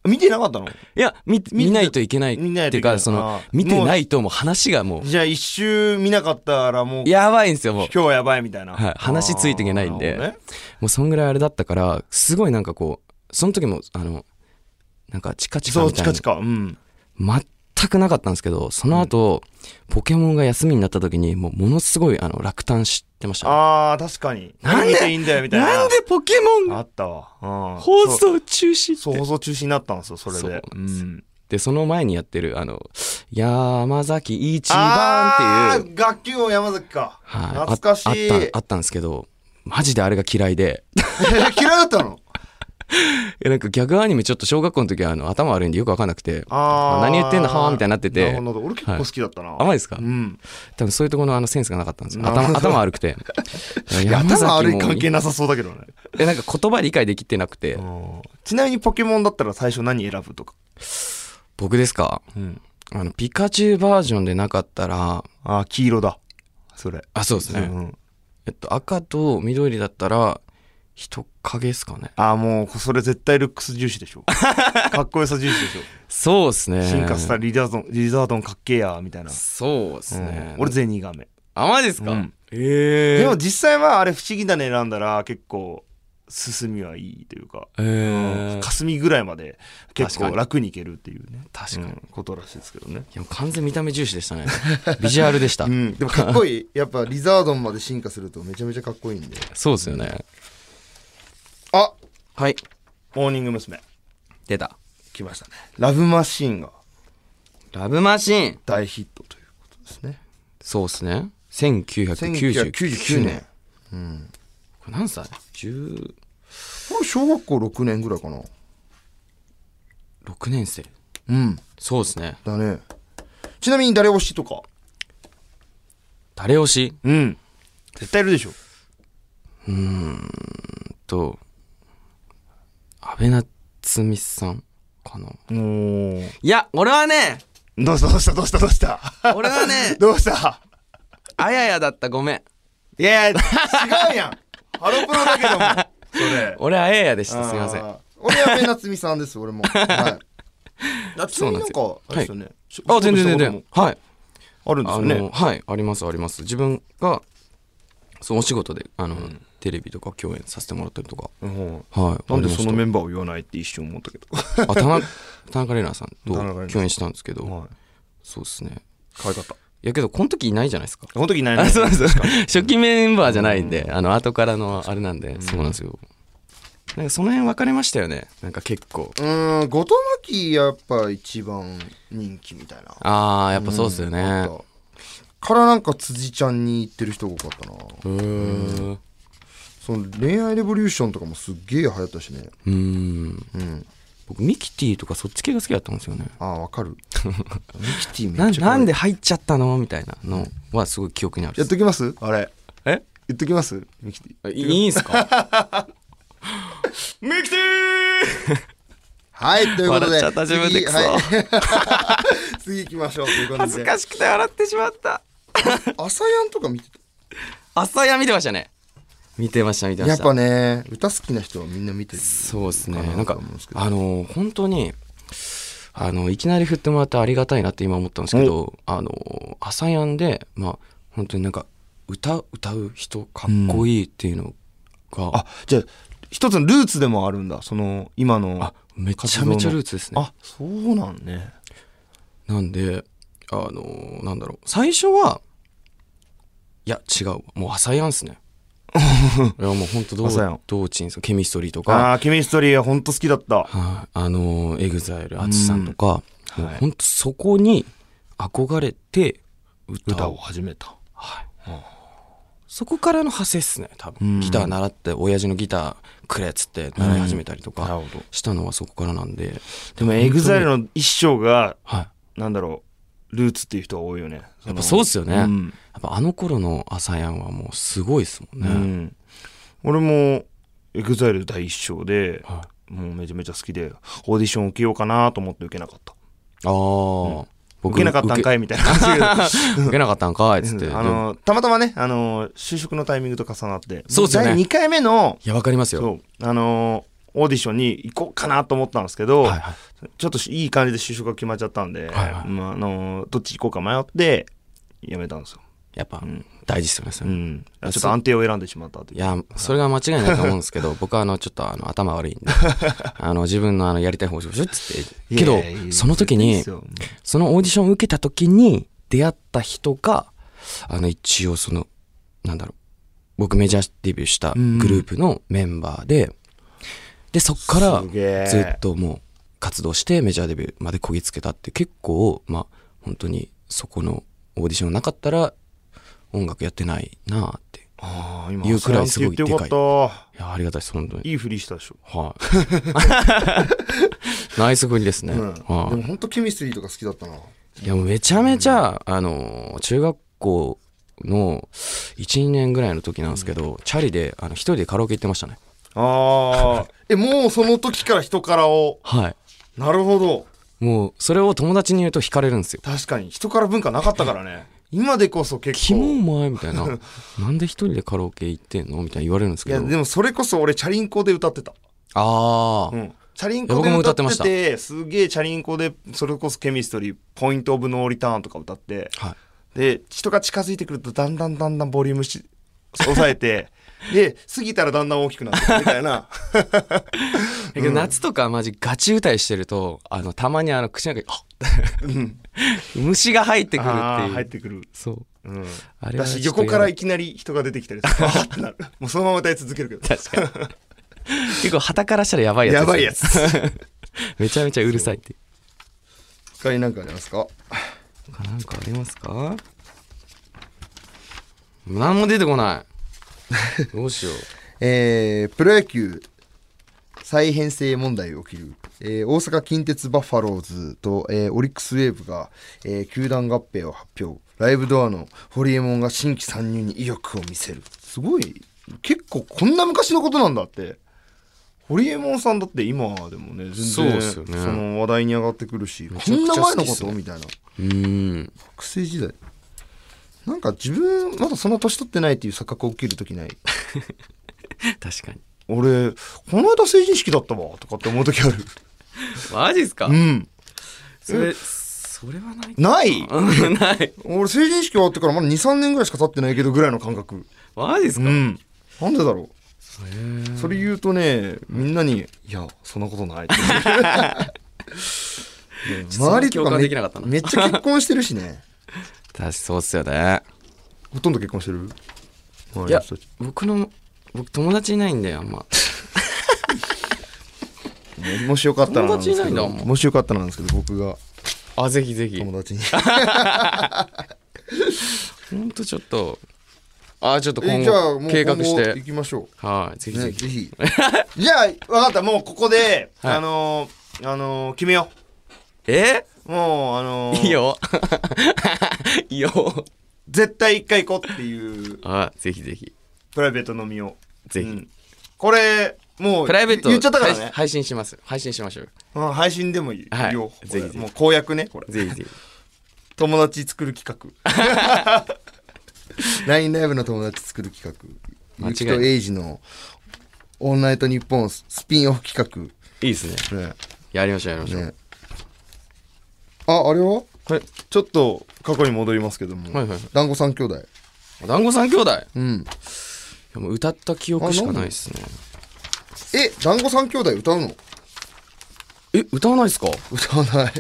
[SPEAKER 1] 見てなかったの
[SPEAKER 2] いや見
[SPEAKER 1] 見
[SPEAKER 2] 見ないといけないって
[SPEAKER 1] 見ないいというけない
[SPEAKER 2] かそ
[SPEAKER 1] あ
[SPEAKER 2] の
[SPEAKER 1] ー
[SPEAKER 2] 見てないともう話がも
[SPEAKER 1] じゃあ一周見なかったらもう
[SPEAKER 2] うやばいんですよもう
[SPEAKER 1] 今日はやばいみたいな、
[SPEAKER 2] はい話ついていけないんで
[SPEAKER 1] あーるほどね
[SPEAKER 2] もうそんぐらいあれだったからすごいなんかこうその時もあのなんかチカチカ
[SPEAKER 1] そう
[SPEAKER 2] み
[SPEAKER 1] チ
[SPEAKER 2] たいな
[SPEAKER 1] カチカうん
[SPEAKER 2] 全くなかったんですけどその後、ポケモンが休みになった時にもうものすごいあの落胆してましたね、
[SPEAKER 1] あー確かに
[SPEAKER 2] なんで
[SPEAKER 1] 見ていいんだよみたいな
[SPEAKER 2] なんでポケモン
[SPEAKER 1] あ
[SPEAKER 2] が
[SPEAKER 1] ったわ、うん、
[SPEAKER 2] 放送中止って
[SPEAKER 1] そうそう放送中止になったんですよそれで
[SPEAKER 2] そうなんです
[SPEAKER 1] ん
[SPEAKER 2] でその前にやってるあの山崎一番っていう
[SPEAKER 1] あー学級王山崎か、
[SPEAKER 2] はい
[SPEAKER 1] 懐かしい
[SPEAKER 2] ああっ
[SPEAKER 1] 嫌い
[SPEAKER 2] たあったんですけどマジであれが嫌いで い
[SPEAKER 1] だったの
[SPEAKER 2] やなんかギャグアニメちょっと小学校の時はあの頭悪いんでよく分かんなくて
[SPEAKER 1] あー
[SPEAKER 2] 何言ってんだはあみたいになって
[SPEAKER 1] なるほ
[SPEAKER 2] て
[SPEAKER 1] どなるほど俺結構好きだったな、
[SPEAKER 2] 甘いですか
[SPEAKER 1] うん
[SPEAKER 2] 多分そういうところのあのセンスがなかったんですよ
[SPEAKER 1] なるほ
[SPEAKER 2] 頭
[SPEAKER 1] ど
[SPEAKER 2] 頭悪くて
[SPEAKER 1] いや 頭悪い
[SPEAKER 2] 山崎も
[SPEAKER 1] 関係なさそうだけどね、
[SPEAKER 2] えなんか言葉理解できてなくて
[SPEAKER 1] うんちなみにポケモンだったら最初何選ぶとか、
[SPEAKER 2] 僕ですか
[SPEAKER 1] うん、
[SPEAKER 2] あのピカチュウバージョンでなかったら
[SPEAKER 1] あー黄色だそれ
[SPEAKER 2] あそうですね、
[SPEAKER 1] うん、
[SPEAKER 2] えっと赤と緑だったら人影ですかね
[SPEAKER 1] ああもうそれ絶対ルックス重視で しょかっこよさ重視でしょ
[SPEAKER 2] そうですね
[SPEAKER 1] 進化したリザードンリザードンかっけえやみたいな、
[SPEAKER 2] そうですね
[SPEAKER 1] う、ん俺ゼニガメ
[SPEAKER 2] 甘いですか、
[SPEAKER 1] うん
[SPEAKER 2] ええ
[SPEAKER 1] でも実際はあれ不思議だね選んだら結構進みはいいというか、
[SPEAKER 2] え
[SPEAKER 1] うん
[SPEAKER 2] ー、
[SPEAKER 1] 霞ぐらいまで結構
[SPEAKER 2] 確かに
[SPEAKER 1] 楽にいけるっていうね
[SPEAKER 2] 確かに、
[SPEAKER 1] うんことらしいですけどね
[SPEAKER 2] いやもう完全見た目重視でしたねビジュアルでした、
[SPEAKER 1] うん、でもかっこいいやっぱリザードンまで進化するとめちゃめちゃかっこいいんで
[SPEAKER 2] そうですよね
[SPEAKER 1] あ
[SPEAKER 2] はい
[SPEAKER 1] モーニング娘。
[SPEAKER 2] 出た
[SPEAKER 1] 来ましたねラブマシーンが
[SPEAKER 2] ラブマシン
[SPEAKER 1] 大ヒットということですね
[SPEAKER 2] そうですね1999
[SPEAKER 1] 1999
[SPEAKER 2] 年
[SPEAKER 1] 年
[SPEAKER 2] これ何歳 ?16
[SPEAKER 1] これ小学校6年ぐらいかな
[SPEAKER 2] 年生
[SPEAKER 1] うん
[SPEAKER 2] そうですね
[SPEAKER 1] だねちなみに誰推しとか
[SPEAKER 2] 誰推し
[SPEAKER 1] うん絶対いるでしょ
[SPEAKER 2] と安倍夏実さんかな
[SPEAKER 1] おー
[SPEAKER 2] いや俺はね
[SPEAKER 1] どうしたどうしたどうしたどうした
[SPEAKER 2] 俺はね
[SPEAKER 1] どうした
[SPEAKER 2] あややだったごめん
[SPEAKER 1] いやいや違うやんハロプロだけどもそれ
[SPEAKER 2] 俺あややでしたすみません
[SPEAKER 1] あー俺はべなつみさんです俺も はいなつ
[SPEAKER 2] そう
[SPEAKER 1] み
[SPEAKER 2] な
[SPEAKER 1] なん
[SPEAKER 2] んです
[SPEAKER 1] か
[SPEAKER 2] よ
[SPEAKER 1] あれですよね
[SPEAKER 2] あ全然全然はい
[SPEAKER 1] あるんです
[SPEAKER 2] あ
[SPEAKER 1] よ
[SPEAKER 2] の、
[SPEAKER 1] ね
[SPEAKER 2] はいありますあります自分がそうお仕事であの、テレビとか共演させてもらったりとか
[SPEAKER 1] うん
[SPEAKER 2] はい
[SPEAKER 1] なんでそのメ
[SPEAKER 2] ン
[SPEAKER 1] ンバーを言わないって一瞬思ったけど
[SPEAKER 2] あ田中 田中玲奈さんと
[SPEAKER 1] 田中玲奈さん
[SPEAKER 2] 共演したんですけど、
[SPEAKER 1] はい
[SPEAKER 2] そうですね
[SPEAKER 1] 可愛かった
[SPEAKER 2] いやけどこの時いないじゃないですか
[SPEAKER 1] この時いないの
[SPEAKER 2] あそうなんですよ初期メンバーじゃないんで、あの後からのあれなんで、そうなんですよなんかその辺分かれましたよねなんか結構
[SPEAKER 1] うーん後藤真希やっぱ一番人気みたいな
[SPEAKER 2] ああやっぱそうですよね
[SPEAKER 1] なんかからなんか辻ちゃんに行ってる人が多かったな
[SPEAKER 2] うーん
[SPEAKER 1] その恋愛レボリューションとかもすっげえ流行ったしね
[SPEAKER 2] うーん僕ミキティとかそっち系が好きだったんですよね
[SPEAKER 1] ああわかるミキティめ
[SPEAKER 2] な
[SPEAKER 1] っちゃ可愛い
[SPEAKER 2] なんで入っちゃったのみたいなのはすごい記憶にある
[SPEAKER 1] やっときますあれ
[SPEAKER 2] え
[SPEAKER 1] 言っときますミキティ
[SPEAKER 2] いいんすかミキティ
[SPEAKER 1] はいということで
[SPEAKER 2] 笑っちゃった自分
[SPEAKER 1] 次
[SPEAKER 2] でクソ
[SPEAKER 1] はい 次行きましょうということ
[SPEAKER 2] 恥ず
[SPEAKER 1] で
[SPEAKER 2] かしくて笑ってしまった
[SPEAKER 1] 朝やんとか見てた
[SPEAKER 2] 朝や見てましたね見てました見てま
[SPEAKER 1] や
[SPEAKER 2] し
[SPEAKER 1] ったぱね歌好きな人はみんな見てる
[SPEAKER 2] そうですね
[SPEAKER 1] かな
[SPEAKER 2] なんか
[SPEAKER 1] と思うんですけど
[SPEAKER 2] あの本当にあのいきなり振ってもらってありがたいなって今思ったんですけどあの朝やんでまあ本当になんか歌歌う人かっこいいっていうのが、
[SPEAKER 1] あじゃあ一つのルーツでもあるんだその今の
[SPEAKER 2] あめちゃめちゃルーツですね
[SPEAKER 1] あそうなんね
[SPEAKER 2] なんであのーなんだろう最初はいや違うわもう朝やん っすねいやもう本当どう
[SPEAKER 1] 朝やん
[SPEAKER 2] どうちんすケミストリーとか
[SPEAKER 1] ああーケミストリーは本当好きだった
[SPEAKER 2] はいあのエグザイル淳さんとか、
[SPEAKER 1] うん
[SPEAKER 2] も
[SPEAKER 1] は
[SPEAKER 2] う
[SPEAKER 1] い
[SPEAKER 2] 本当そこに憧れて歌
[SPEAKER 1] 歌
[SPEAKER 2] を
[SPEAKER 1] を始めた
[SPEAKER 2] はいそこからの派生っすね多
[SPEAKER 1] うん
[SPEAKER 2] 分ギター習って親父のギターくれっつって習い始めたりと
[SPEAKER 1] うんな
[SPEAKER 2] か
[SPEAKER 1] るほど
[SPEAKER 2] したのはそこからなんで、
[SPEAKER 1] でもエグザイルの一生が
[SPEAKER 2] はい、
[SPEAKER 1] なんだろうルーツっていう人は多いよね
[SPEAKER 2] やっぱそうっ
[SPEAKER 1] す
[SPEAKER 2] すよね、やっぱあの頃の朝やんはもうすごいっすもん
[SPEAKER 1] う
[SPEAKER 2] ね、
[SPEAKER 1] ん、俺もエグザイル第一章で、
[SPEAKER 2] はい
[SPEAKER 1] もうめちゃめちゃ好きでオーディション受けようかなと思って受けなかった
[SPEAKER 2] ああ、
[SPEAKER 1] 受けなかったんか
[SPEAKER 2] い
[SPEAKER 1] いみたいな感じだけど
[SPEAKER 2] 受け受けなかったんかいっつって、
[SPEAKER 1] あのたまたまねあの就職のタイミングと重なって
[SPEAKER 2] そうっすよね
[SPEAKER 1] 第2回目の
[SPEAKER 2] いやわかりますよ
[SPEAKER 1] そうあのオーディションに行こうかなと思ったんですけど、
[SPEAKER 2] はいはい
[SPEAKER 1] ちょっといい感じで就職が決まっちゃったんで、
[SPEAKER 2] はいはい
[SPEAKER 1] まあ、あのどっち行こうか迷って辞めたんですよ、
[SPEAKER 2] やっぱ
[SPEAKER 1] ん
[SPEAKER 2] 大事っすよねそれ、
[SPEAKER 1] う
[SPEAKER 2] い
[SPEAKER 1] ん、ちょっと安定を選んでしまったという
[SPEAKER 2] やそれが間違いないと思うんですけ ど僕はあのちょっとあの頭悪いんであの自分のあのやりたい方をしっつってけ
[SPEAKER 1] い
[SPEAKER 2] ど
[SPEAKER 1] やいやいや
[SPEAKER 2] その時
[SPEAKER 1] いい
[SPEAKER 2] に
[SPEAKER 1] ですようん
[SPEAKER 2] そのオーディションを受けた時に出会った人があの一応そのなんだろう僕メジャーデビューしたグループのメンバーで、でそっから
[SPEAKER 1] すげえ
[SPEAKER 2] ずっともう活動してメジャーデビューまでこぎつけたって結構まあ本当にそこのオーディションなかったら音楽やってないなあって
[SPEAKER 1] ああ今
[SPEAKER 2] 言うくらいすごい
[SPEAKER 1] 朝やんって言ってよかっ
[SPEAKER 2] いやありがたいです本当
[SPEAKER 1] た
[SPEAKER 2] に
[SPEAKER 1] いいふりしたでしょ、
[SPEAKER 2] はい ナイス振りですね、
[SPEAKER 1] うん、で
[SPEAKER 2] はい
[SPEAKER 1] も本当ケミストリーとか好きだったない
[SPEAKER 2] やもうめちゃめちゃ、あの中学校の12年ぐらいの時なんですけど、チャリであの一人でカラオケ行ってましたね
[SPEAKER 1] ああ えもうその時から人からを
[SPEAKER 2] はい
[SPEAKER 1] なるほど
[SPEAKER 2] もうそれを友達に言うと惹かれるんですよ
[SPEAKER 1] 確かに人から文化なかったから ね今でこそ
[SPEAKER 2] 「
[SPEAKER 1] 結
[SPEAKER 2] キモお
[SPEAKER 1] 構
[SPEAKER 2] 前」みたいな 「なんで一人でカラオケ行ってんの?」みたいな言われるんです
[SPEAKER 1] い
[SPEAKER 2] け
[SPEAKER 1] や
[SPEAKER 2] ど
[SPEAKER 1] でもそれこそ俺チャリンコで歌ってた
[SPEAKER 2] ああ、
[SPEAKER 1] うんチャリン
[SPEAKER 2] い
[SPEAKER 1] コ
[SPEAKER 2] や僕
[SPEAKER 1] で
[SPEAKER 2] も
[SPEAKER 1] 歌
[SPEAKER 2] 歌
[SPEAKER 1] っ
[SPEAKER 2] ってて
[SPEAKER 1] て
[SPEAKER 2] ました
[SPEAKER 1] すげえチャリンコでそれこそケミストリー「ポイント・オブ・ノー・リターン」とか歌って
[SPEAKER 2] はい
[SPEAKER 1] で人が近づいてくるとだんだんだんだんボリュームし 抑えてで過ぎたらだんだん大きくなってみたいな
[SPEAKER 2] だけど夏とかマジガチ歌いしてるとあのたまにあの口の中にあ
[SPEAKER 1] うん
[SPEAKER 2] っ 虫が 入ってくるって
[SPEAKER 1] あー
[SPEAKER 2] いう
[SPEAKER 1] 入ってくる、
[SPEAKER 2] そう
[SPEAKER 1] うん、
[SPEAKER 2] あれ
[SPEAKER 1] だ
[SPEAKER 2] はちょっ
[SPEAKER 1] し
[SPEAKER 2] と
[SPEAKER 1] 横から
[SPEAKER 2] や
[SPEAKER 1] いきなり人が出てきたりとかあーってなるもうそのまま歌い続けるけど
[SPEAKER 2] ばい確かに結構旗からしたらやばいや つ
[SPEAKER 1] やばいやつ
[SPEAKER 2] めちゃめちゃうるさいっていう
[SPEAKER 1] 他になんかありますか
[SPEAKER 2] 他なんかありますか何も出てこ ないどうしよう
[SPEAKER 1] えープロ野球再編成問題が起きる、えー大阪近鉄バファローズと、えーオリックスウェーブが、えー球団合併を発表ライブドアのホリエモンが新規参入に意欲を見せるすごい結構こんな昔のことなんだってホリエモンさんだって今でもね
[SPEAKER 2] そう
[SPEAKER 1] 全
[SPEAKER 2] で
[SPEAKER 1] 然
[SPEAKER 2] すよね
[SPEAKER 1] の話題に上がってくるし、こ
[SPEAKER 2] ちゃ
[SPEAKER 1] ん
[SPEAKER 2] くち
[SPEAKER 1] な前
[SPEAKER 2] ゃ好き
[SPEAKER 1] の
[SPEAKER 2] っ
[SPEAKER 1] こ
[SPEAKER 2] す
[SPEAKER 1] と
[SPEAKER 2] ね
[SPEAKER 1] みたいな
[SPEAKER 2] うーん
[SPEAKER 1] 学生時代なんか自分まだそんな年取ってないっていう錯覚を受けるときない
[SPEAKER 2] 確かに
[SPEAKER 1] 俺この間成人式だったわとかって思う時ある
[SPEAKER 2] マジっすか
[SPEAKER 1] うん
[SPEAKER 2] それそれはない
[SPEAKER 1] ない
[SPEAKER 2] うんない
[SPEAKER 1] 俺成人式終わってからまだ23年ぐらいしか経ってないけどぐらいの感覚
[SPEAKER 2] マジっす
[SPEAKER 1] う
[SPEAKER 2] か
[SPEAKER 1] んなんでだろうそれ言うとねみんなに「いやそんなこと ない」って周りと
[SPEAKER 2] 共
[SPEAKER 1] か
[SPEAKER 2] 感
[SPEAKER 1] め
[SPEAKER 2] できなかったな
[SPEAKER 1] めっちゃ結婚してるしね
[SPEAKER 2] 確かにそうっすよね
[SPEAKER 1] ほとんど結婚してる周り
[SPEAKER 2] い
[SPEAKER 1] の
[SPEAKER 2] や
[SPEAKER 1] 人たち
[SPEAKER 2] 僕の僕友達いないんだよあんま
[SPEAKER 1] ねもしよかったらなんですけど
[SPEAKER 2] 友達いないんだもん
[SPEAKER 1] もしよかったらなんですけど僕が
[SPEAKER 2] あぜひぜひ
[SPEAKER 1] 友達に
[SPEAKER 2] ほんとちょっとあちょっと今
[SPEAKER 1] えじゃあもう
[SPEAKER 2] 後計画し
[SPEAKER 1] 今後行
[SPEAKER 2] て
[SPEAKER 1] きましょ
[SPEAKER 2] はいぜ
[SPEAKER 1] う
[SPEAKER 2] ひ
[SPEAKER 1] ね
[SPEAKER 2] ぜ
[SPEAKER 1] ぜ
[SPEAKER 2] ひ
[SPEAKER 1] ひ じゃあ分かったもうここで
[SPEAKER 2] はい
[SPEAKER 1] あのーあのー決めよ
[SPEAKER 2] え
[SPEAKER 1] うもうあのー
[SPEAKER 2] いいよ いいよ
[SPEAKER 1] 絶対一回行こうっていう
[SPEAKER 2] あぜひぜひ
[SPEAKER 1] プライベート飲みを
[SPEAKER 2] ぜひ
[SPEAKER 1] うんこれもう
[SPEAKER 2] プライベート
[SPEAKER 1] 言っちゃったからね
[SPEAKER 2] 配配信します配信しましょう
[SPEAKER 1] うん配信でもいい、
[SPEAKER 2] はい
[SPEAKER 1] よこれ
[SPEAKER 2] ぜひぜひ
[SPEAKER 1] もう公約ねこれ
[SPEAKER 2] ぜひぜ
[SPEAKER 1] 友達作る企 画 LINE ライブの友達作る企画
[SPEAKER 2] 間違いない
[SPEAKER 1] ゆきとエイジの「オールナイトニッポン」スピンオフ企
[SPEAKER 2] ひいいですね
[SPEAKER 1] 画ね
[SPEAKER 2] やりましょうやりましょう、
[SPEAKER 1] ねああれは
[SPEAKER 2] これ
[SPEAKER 1] ちょっと過去に戻りますけども、
[SPEAKER 2] はいはいはい
[SPEAKER 1] 団子三兄弟
[SPEAKER 2] 団子三兄弟い
[SPEAKER 1] うん
[SPEAKER 2] やもう歌った記憶しかないですね
[SPEAKER 1] え団子三兄弟歌うの
[SPEAKER 2] え歌わないですか
[SPEAKER 1] 歌わない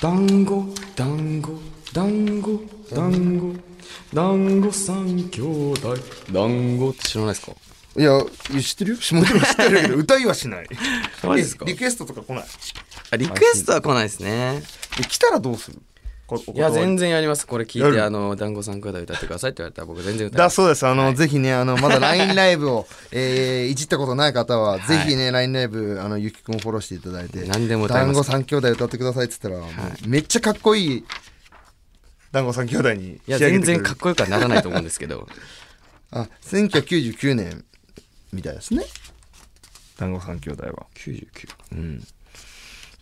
[SPEAKER 2] 団子団子団子団子団子三兄弟団子って知らないですか
[SPEAKER 1] いやいや知ってるよもちろん知ってるけど 歌いはしない
[SPEAKER 2] マジですか
[SPEAKER 1] えリクエストとか来ない
[SPEAKER 2] あリクエストは来ないですね
[SPEAKER 1] え来たらどうするこお
[SPEAKER 2] いや
[SPEAKER 1] 断り
[SPEAKER 2] 全然やりますこれ聞
[SPEAKER 1] や
[SPEAKER 2] いて
[SPEAKER 1] る
[SPEAKER 2] あの団子三兄弟歌ってくださいって言われたら僕全然歌いま
[SPEAKER 1] だ
[SPEAKER 2] す
[SPEAKER 1] そうです。あの、ぜひね、あの、 まだ LINE ライブを、えー、いじったことない方は、ぜひね、LINE ライブ、あの、ゆきくんをフォローしていただいて、
[SPEAKER 2] 何でも歌います
[SPEAKER 1] 団子三兄弟歌ってくださいって言ったら、もうめっちゃかっこいい、団子三兄弟に
[SPEAKER 2] いや全然かっこよくはならないと思うんですけど
[SPEAKER 1] あ、1999年みたいですね。団子三兄弟は。
[SPEAKER 2] 99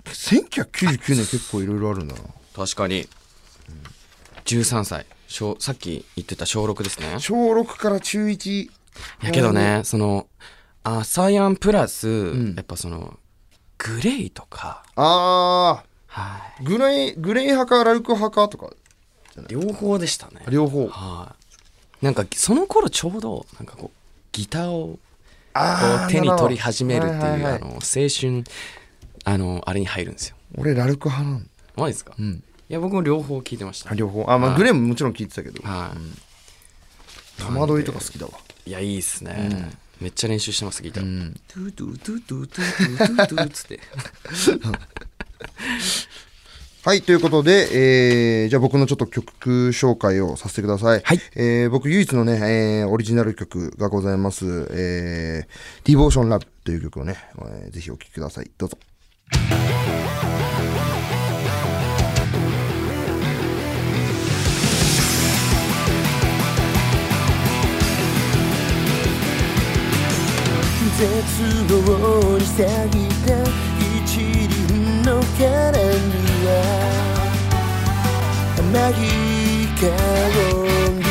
[SPEAKER 1] 1999年結構いろいろあるな。
[SPEAKER 2] 確かに13歳小さっき言ってた小6ですね
[SPEAKER 1] 小6から中1。
[SPEAKER 2] やけど。ねそのアサヤンプラス、やっぱそのグレイとか
[SPEAKER 1] あ
[SPEAKER 2] は
[SPEAKER 1] ー、グレイ、グレイ派かラルク派かとか、
[SPEAKER 2] い両方でしたね
[SPEAKER 1] 両方。
[SPEAKER 2] はいなんかその頃ちょうどなんかこうギターをこ
[SPEAKER 1] あ
[SPEAKER 2] う
[SPEAKER 1] ー
[SPEAKER 2] 手に
[SPEAKER 1] なるほど
[SPEAKER 2] 取り始めるっていう、
[SPEAKER 1] はいはいはい
[SPEAKER 2] あの青春あのあれに入るんですよ
[SPEAKER 1] 俺ラルク派なんだ
[SPEAKER 2] マジですか、いや僕も両方聞いてました
[SPEAKER 1] あ両方あま
[SPEAKER 2] は
[SPEAKER 1] あ
[SPEAKER 2] い
[SPEAKER 1] グレーももちろん聞いてたけど
[SPEAKER 2] はい、
[SPEAKER 1] 戸惑いとか好きだわ
[SPEAKER 2] いやいいっすね、めっちゃ練習してますギター、トゥートゥートゥートゥートゥートゥートゥートゥーっつって
[SPEAKER 1] はいということで、えーじゃあ僕のちょっと曲紹介をさせてください、
[SPEAKER 2] はい
[SPEAKER 1] えー僕唯一のね、えーオリジナル曲がございます「えー、ディボーションラブ」という曲をね、えーぜひお聴きくださいどうぞ
[SPEAKER 3] 絶望に詐ぎた一輪の彼には天城に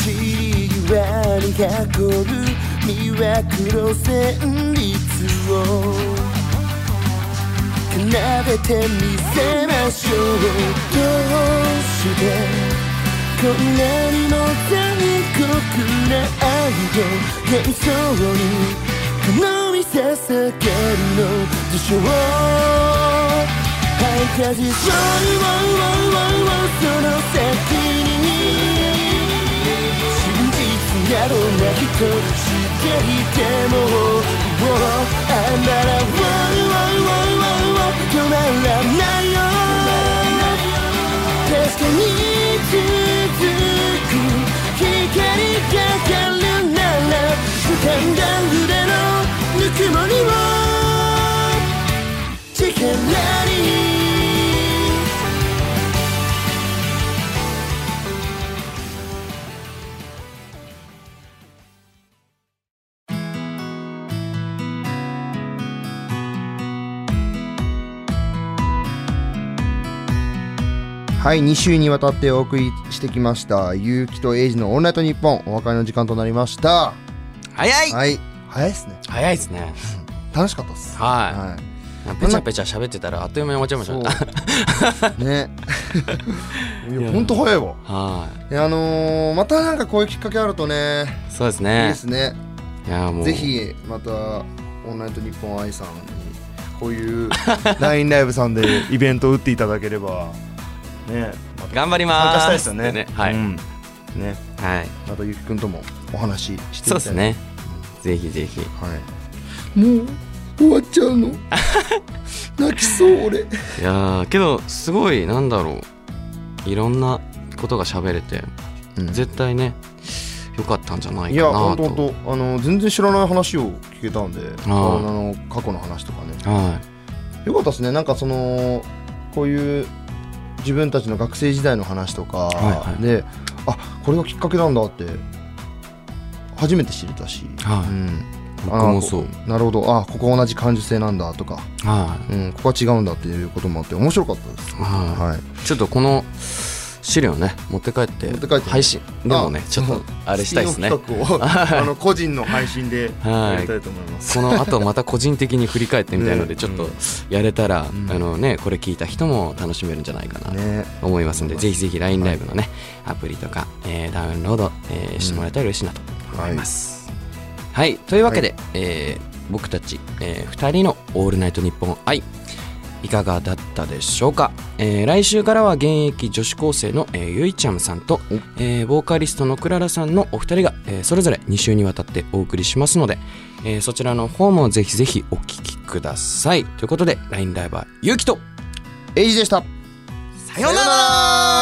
[SPEAKER 3] 散り際に囲る魅惑の旋律を奏でてみせましょうどうしてこんなにも残酷な愛を幻想に頼み捧げるのでしょうはいかじしょその先に真実などなきとしていても Oh, I'm not a one, one, one, one 止まらないよ確かに続く光がかかるなら掴んだ腕のぬくもりを力に
[SPEAKER 1] はい2週にわたってお送りしてきました「ゆうきとエイジのオンライトニッポン」お別れの時間となりました
[SPEAKER 2] 早い
[SPEAKER 1] はい 早いっすね
[SPEAKER 2] 早いですね
[SPEAKER 1] 楽しかったっす
[SPEAKER 2] は
[SPEAKER 1] はい
[SPEAKER 2] い、ペチャペチャ喋ってたらあっという間に終わっちゃいましたね
[SPEAKER 1] う ね いやほんと早いわ
[SPEAKER 2] はい
[SPEAKER 1] やあのーまたなんかこういうきっかけあるとね
[SPEAKER 2] いそうです
[SPEAKER 1] いい
[SPEAKER 2] ね
[SPEAKER 1] ですね
[SPEAKER 2] いやもう
[SPEAKER 1] ぜひまた「オンライトニッポン愛さん」にこういう LINE ライブさんでイベントを打っていただければねまた
[SPEAKER 2] 頑張り
[SPEAKER 1] 参
[SPEAKER 2] ま
[SPEAKER 1] 加
[SPEAKER 2] す
[SPEAKER 1] したいですよね
[SPEAKER 2] ってはい、
[SPEAKER 1] うんね
[SPEAKER 2] はい
[SPEAKER 1] またゆきくんともお話ししてみたい
[SPEAKER 2] そうですねぜひぜひ
[SPEAKER 1] はいもう終わっちゃうの泣きそう俺
[SPEAKER 2] いやーけどすごいなんだろういろんなことが喋れて、
[SPEAKER 1] うん
[SPEAKER 2] 絶対ね良かったんじゃない
[SPEAKER 1] いや
[SPEAKER 2] かな
[SPEAKER 1] 本
[SPEAKER 2] と
[SPEAKER 1] 当本当あの全然知らない話を聞けたんであ
[SPEAKER 2] あ
[SPEAKER 1] の過去の話とかね
[SPEAKER 2] は
[SPEAKER 1] よかったですねなんかそのこういう自分たちの学生時代の話とか
[SPEAKER 2] はいはい
[SPEAKER 1] で、あこれがきっかけなんだって初めて知れたし、
[SPEAKER 2] はい
[SPEAKER 1] うん、
[SPEAKER 2] い僕もそう
[SPEAKER 1] なるほどあここ同じ感受性なんだとか、
[SPEAKER 2] は
[SPEAKER 1] うん、ここは違うんだっていうこともあって面白かったです
[SPEAKER 2] い、は
[SPEAKER 1] はい
[SPEAKER 2] い、ちょっとこの資料ね持って帰って
[SPEAKER 1] 持って帰ってね
[SPEAKER 2] 配信でもね
[SPEAKER 1] あ
[SPEAKER 2] ちょっ
[SPEAKER 1] そう
[SPEAKER 2] とあれしたいですね
[SPEAKER 1] スピンオフ企画をあの個人の配信で
[SPEAKER 2] はい
[SPEAKER 1] やりたいと思います。
[SPEAKER 2] この後また個人的に振り返ってみたいので
[SPEAKER 1] ね
[SPEAKER 2] ちょっとやれたら、
[SPEAKER 1] ん
[SPEAKER 2] あのねこれ聞いた人も楽しめるんじゃないかなと
[SPEAKER 1] ね、
[SPEAKER 2] 思いますんで、
[SPEAKER 1] はい
[SPEAKER 2] ぜひぜひ LINE ライブのね、アプリとか、えーダウンロード、えーしてもらえたら嬉しいなと思います。はい、というわけで、えー僕たち、え2人の「オールナイトニッポン愛」いかがだったでしょうか、えー来週からは現役女子高生の、えーゆいちゃんさんと、えーボーカリストのクララさんのお二人が、えーそれぞれ2週にわたってお送りしますので、えーそちらの方もぜひぜひお聞きくださいということで LINE ライバーゆうきと
[SPEAKER 1] エイジでした。
[SPEAKER 2] さ
[SPEAKER 1] さようなら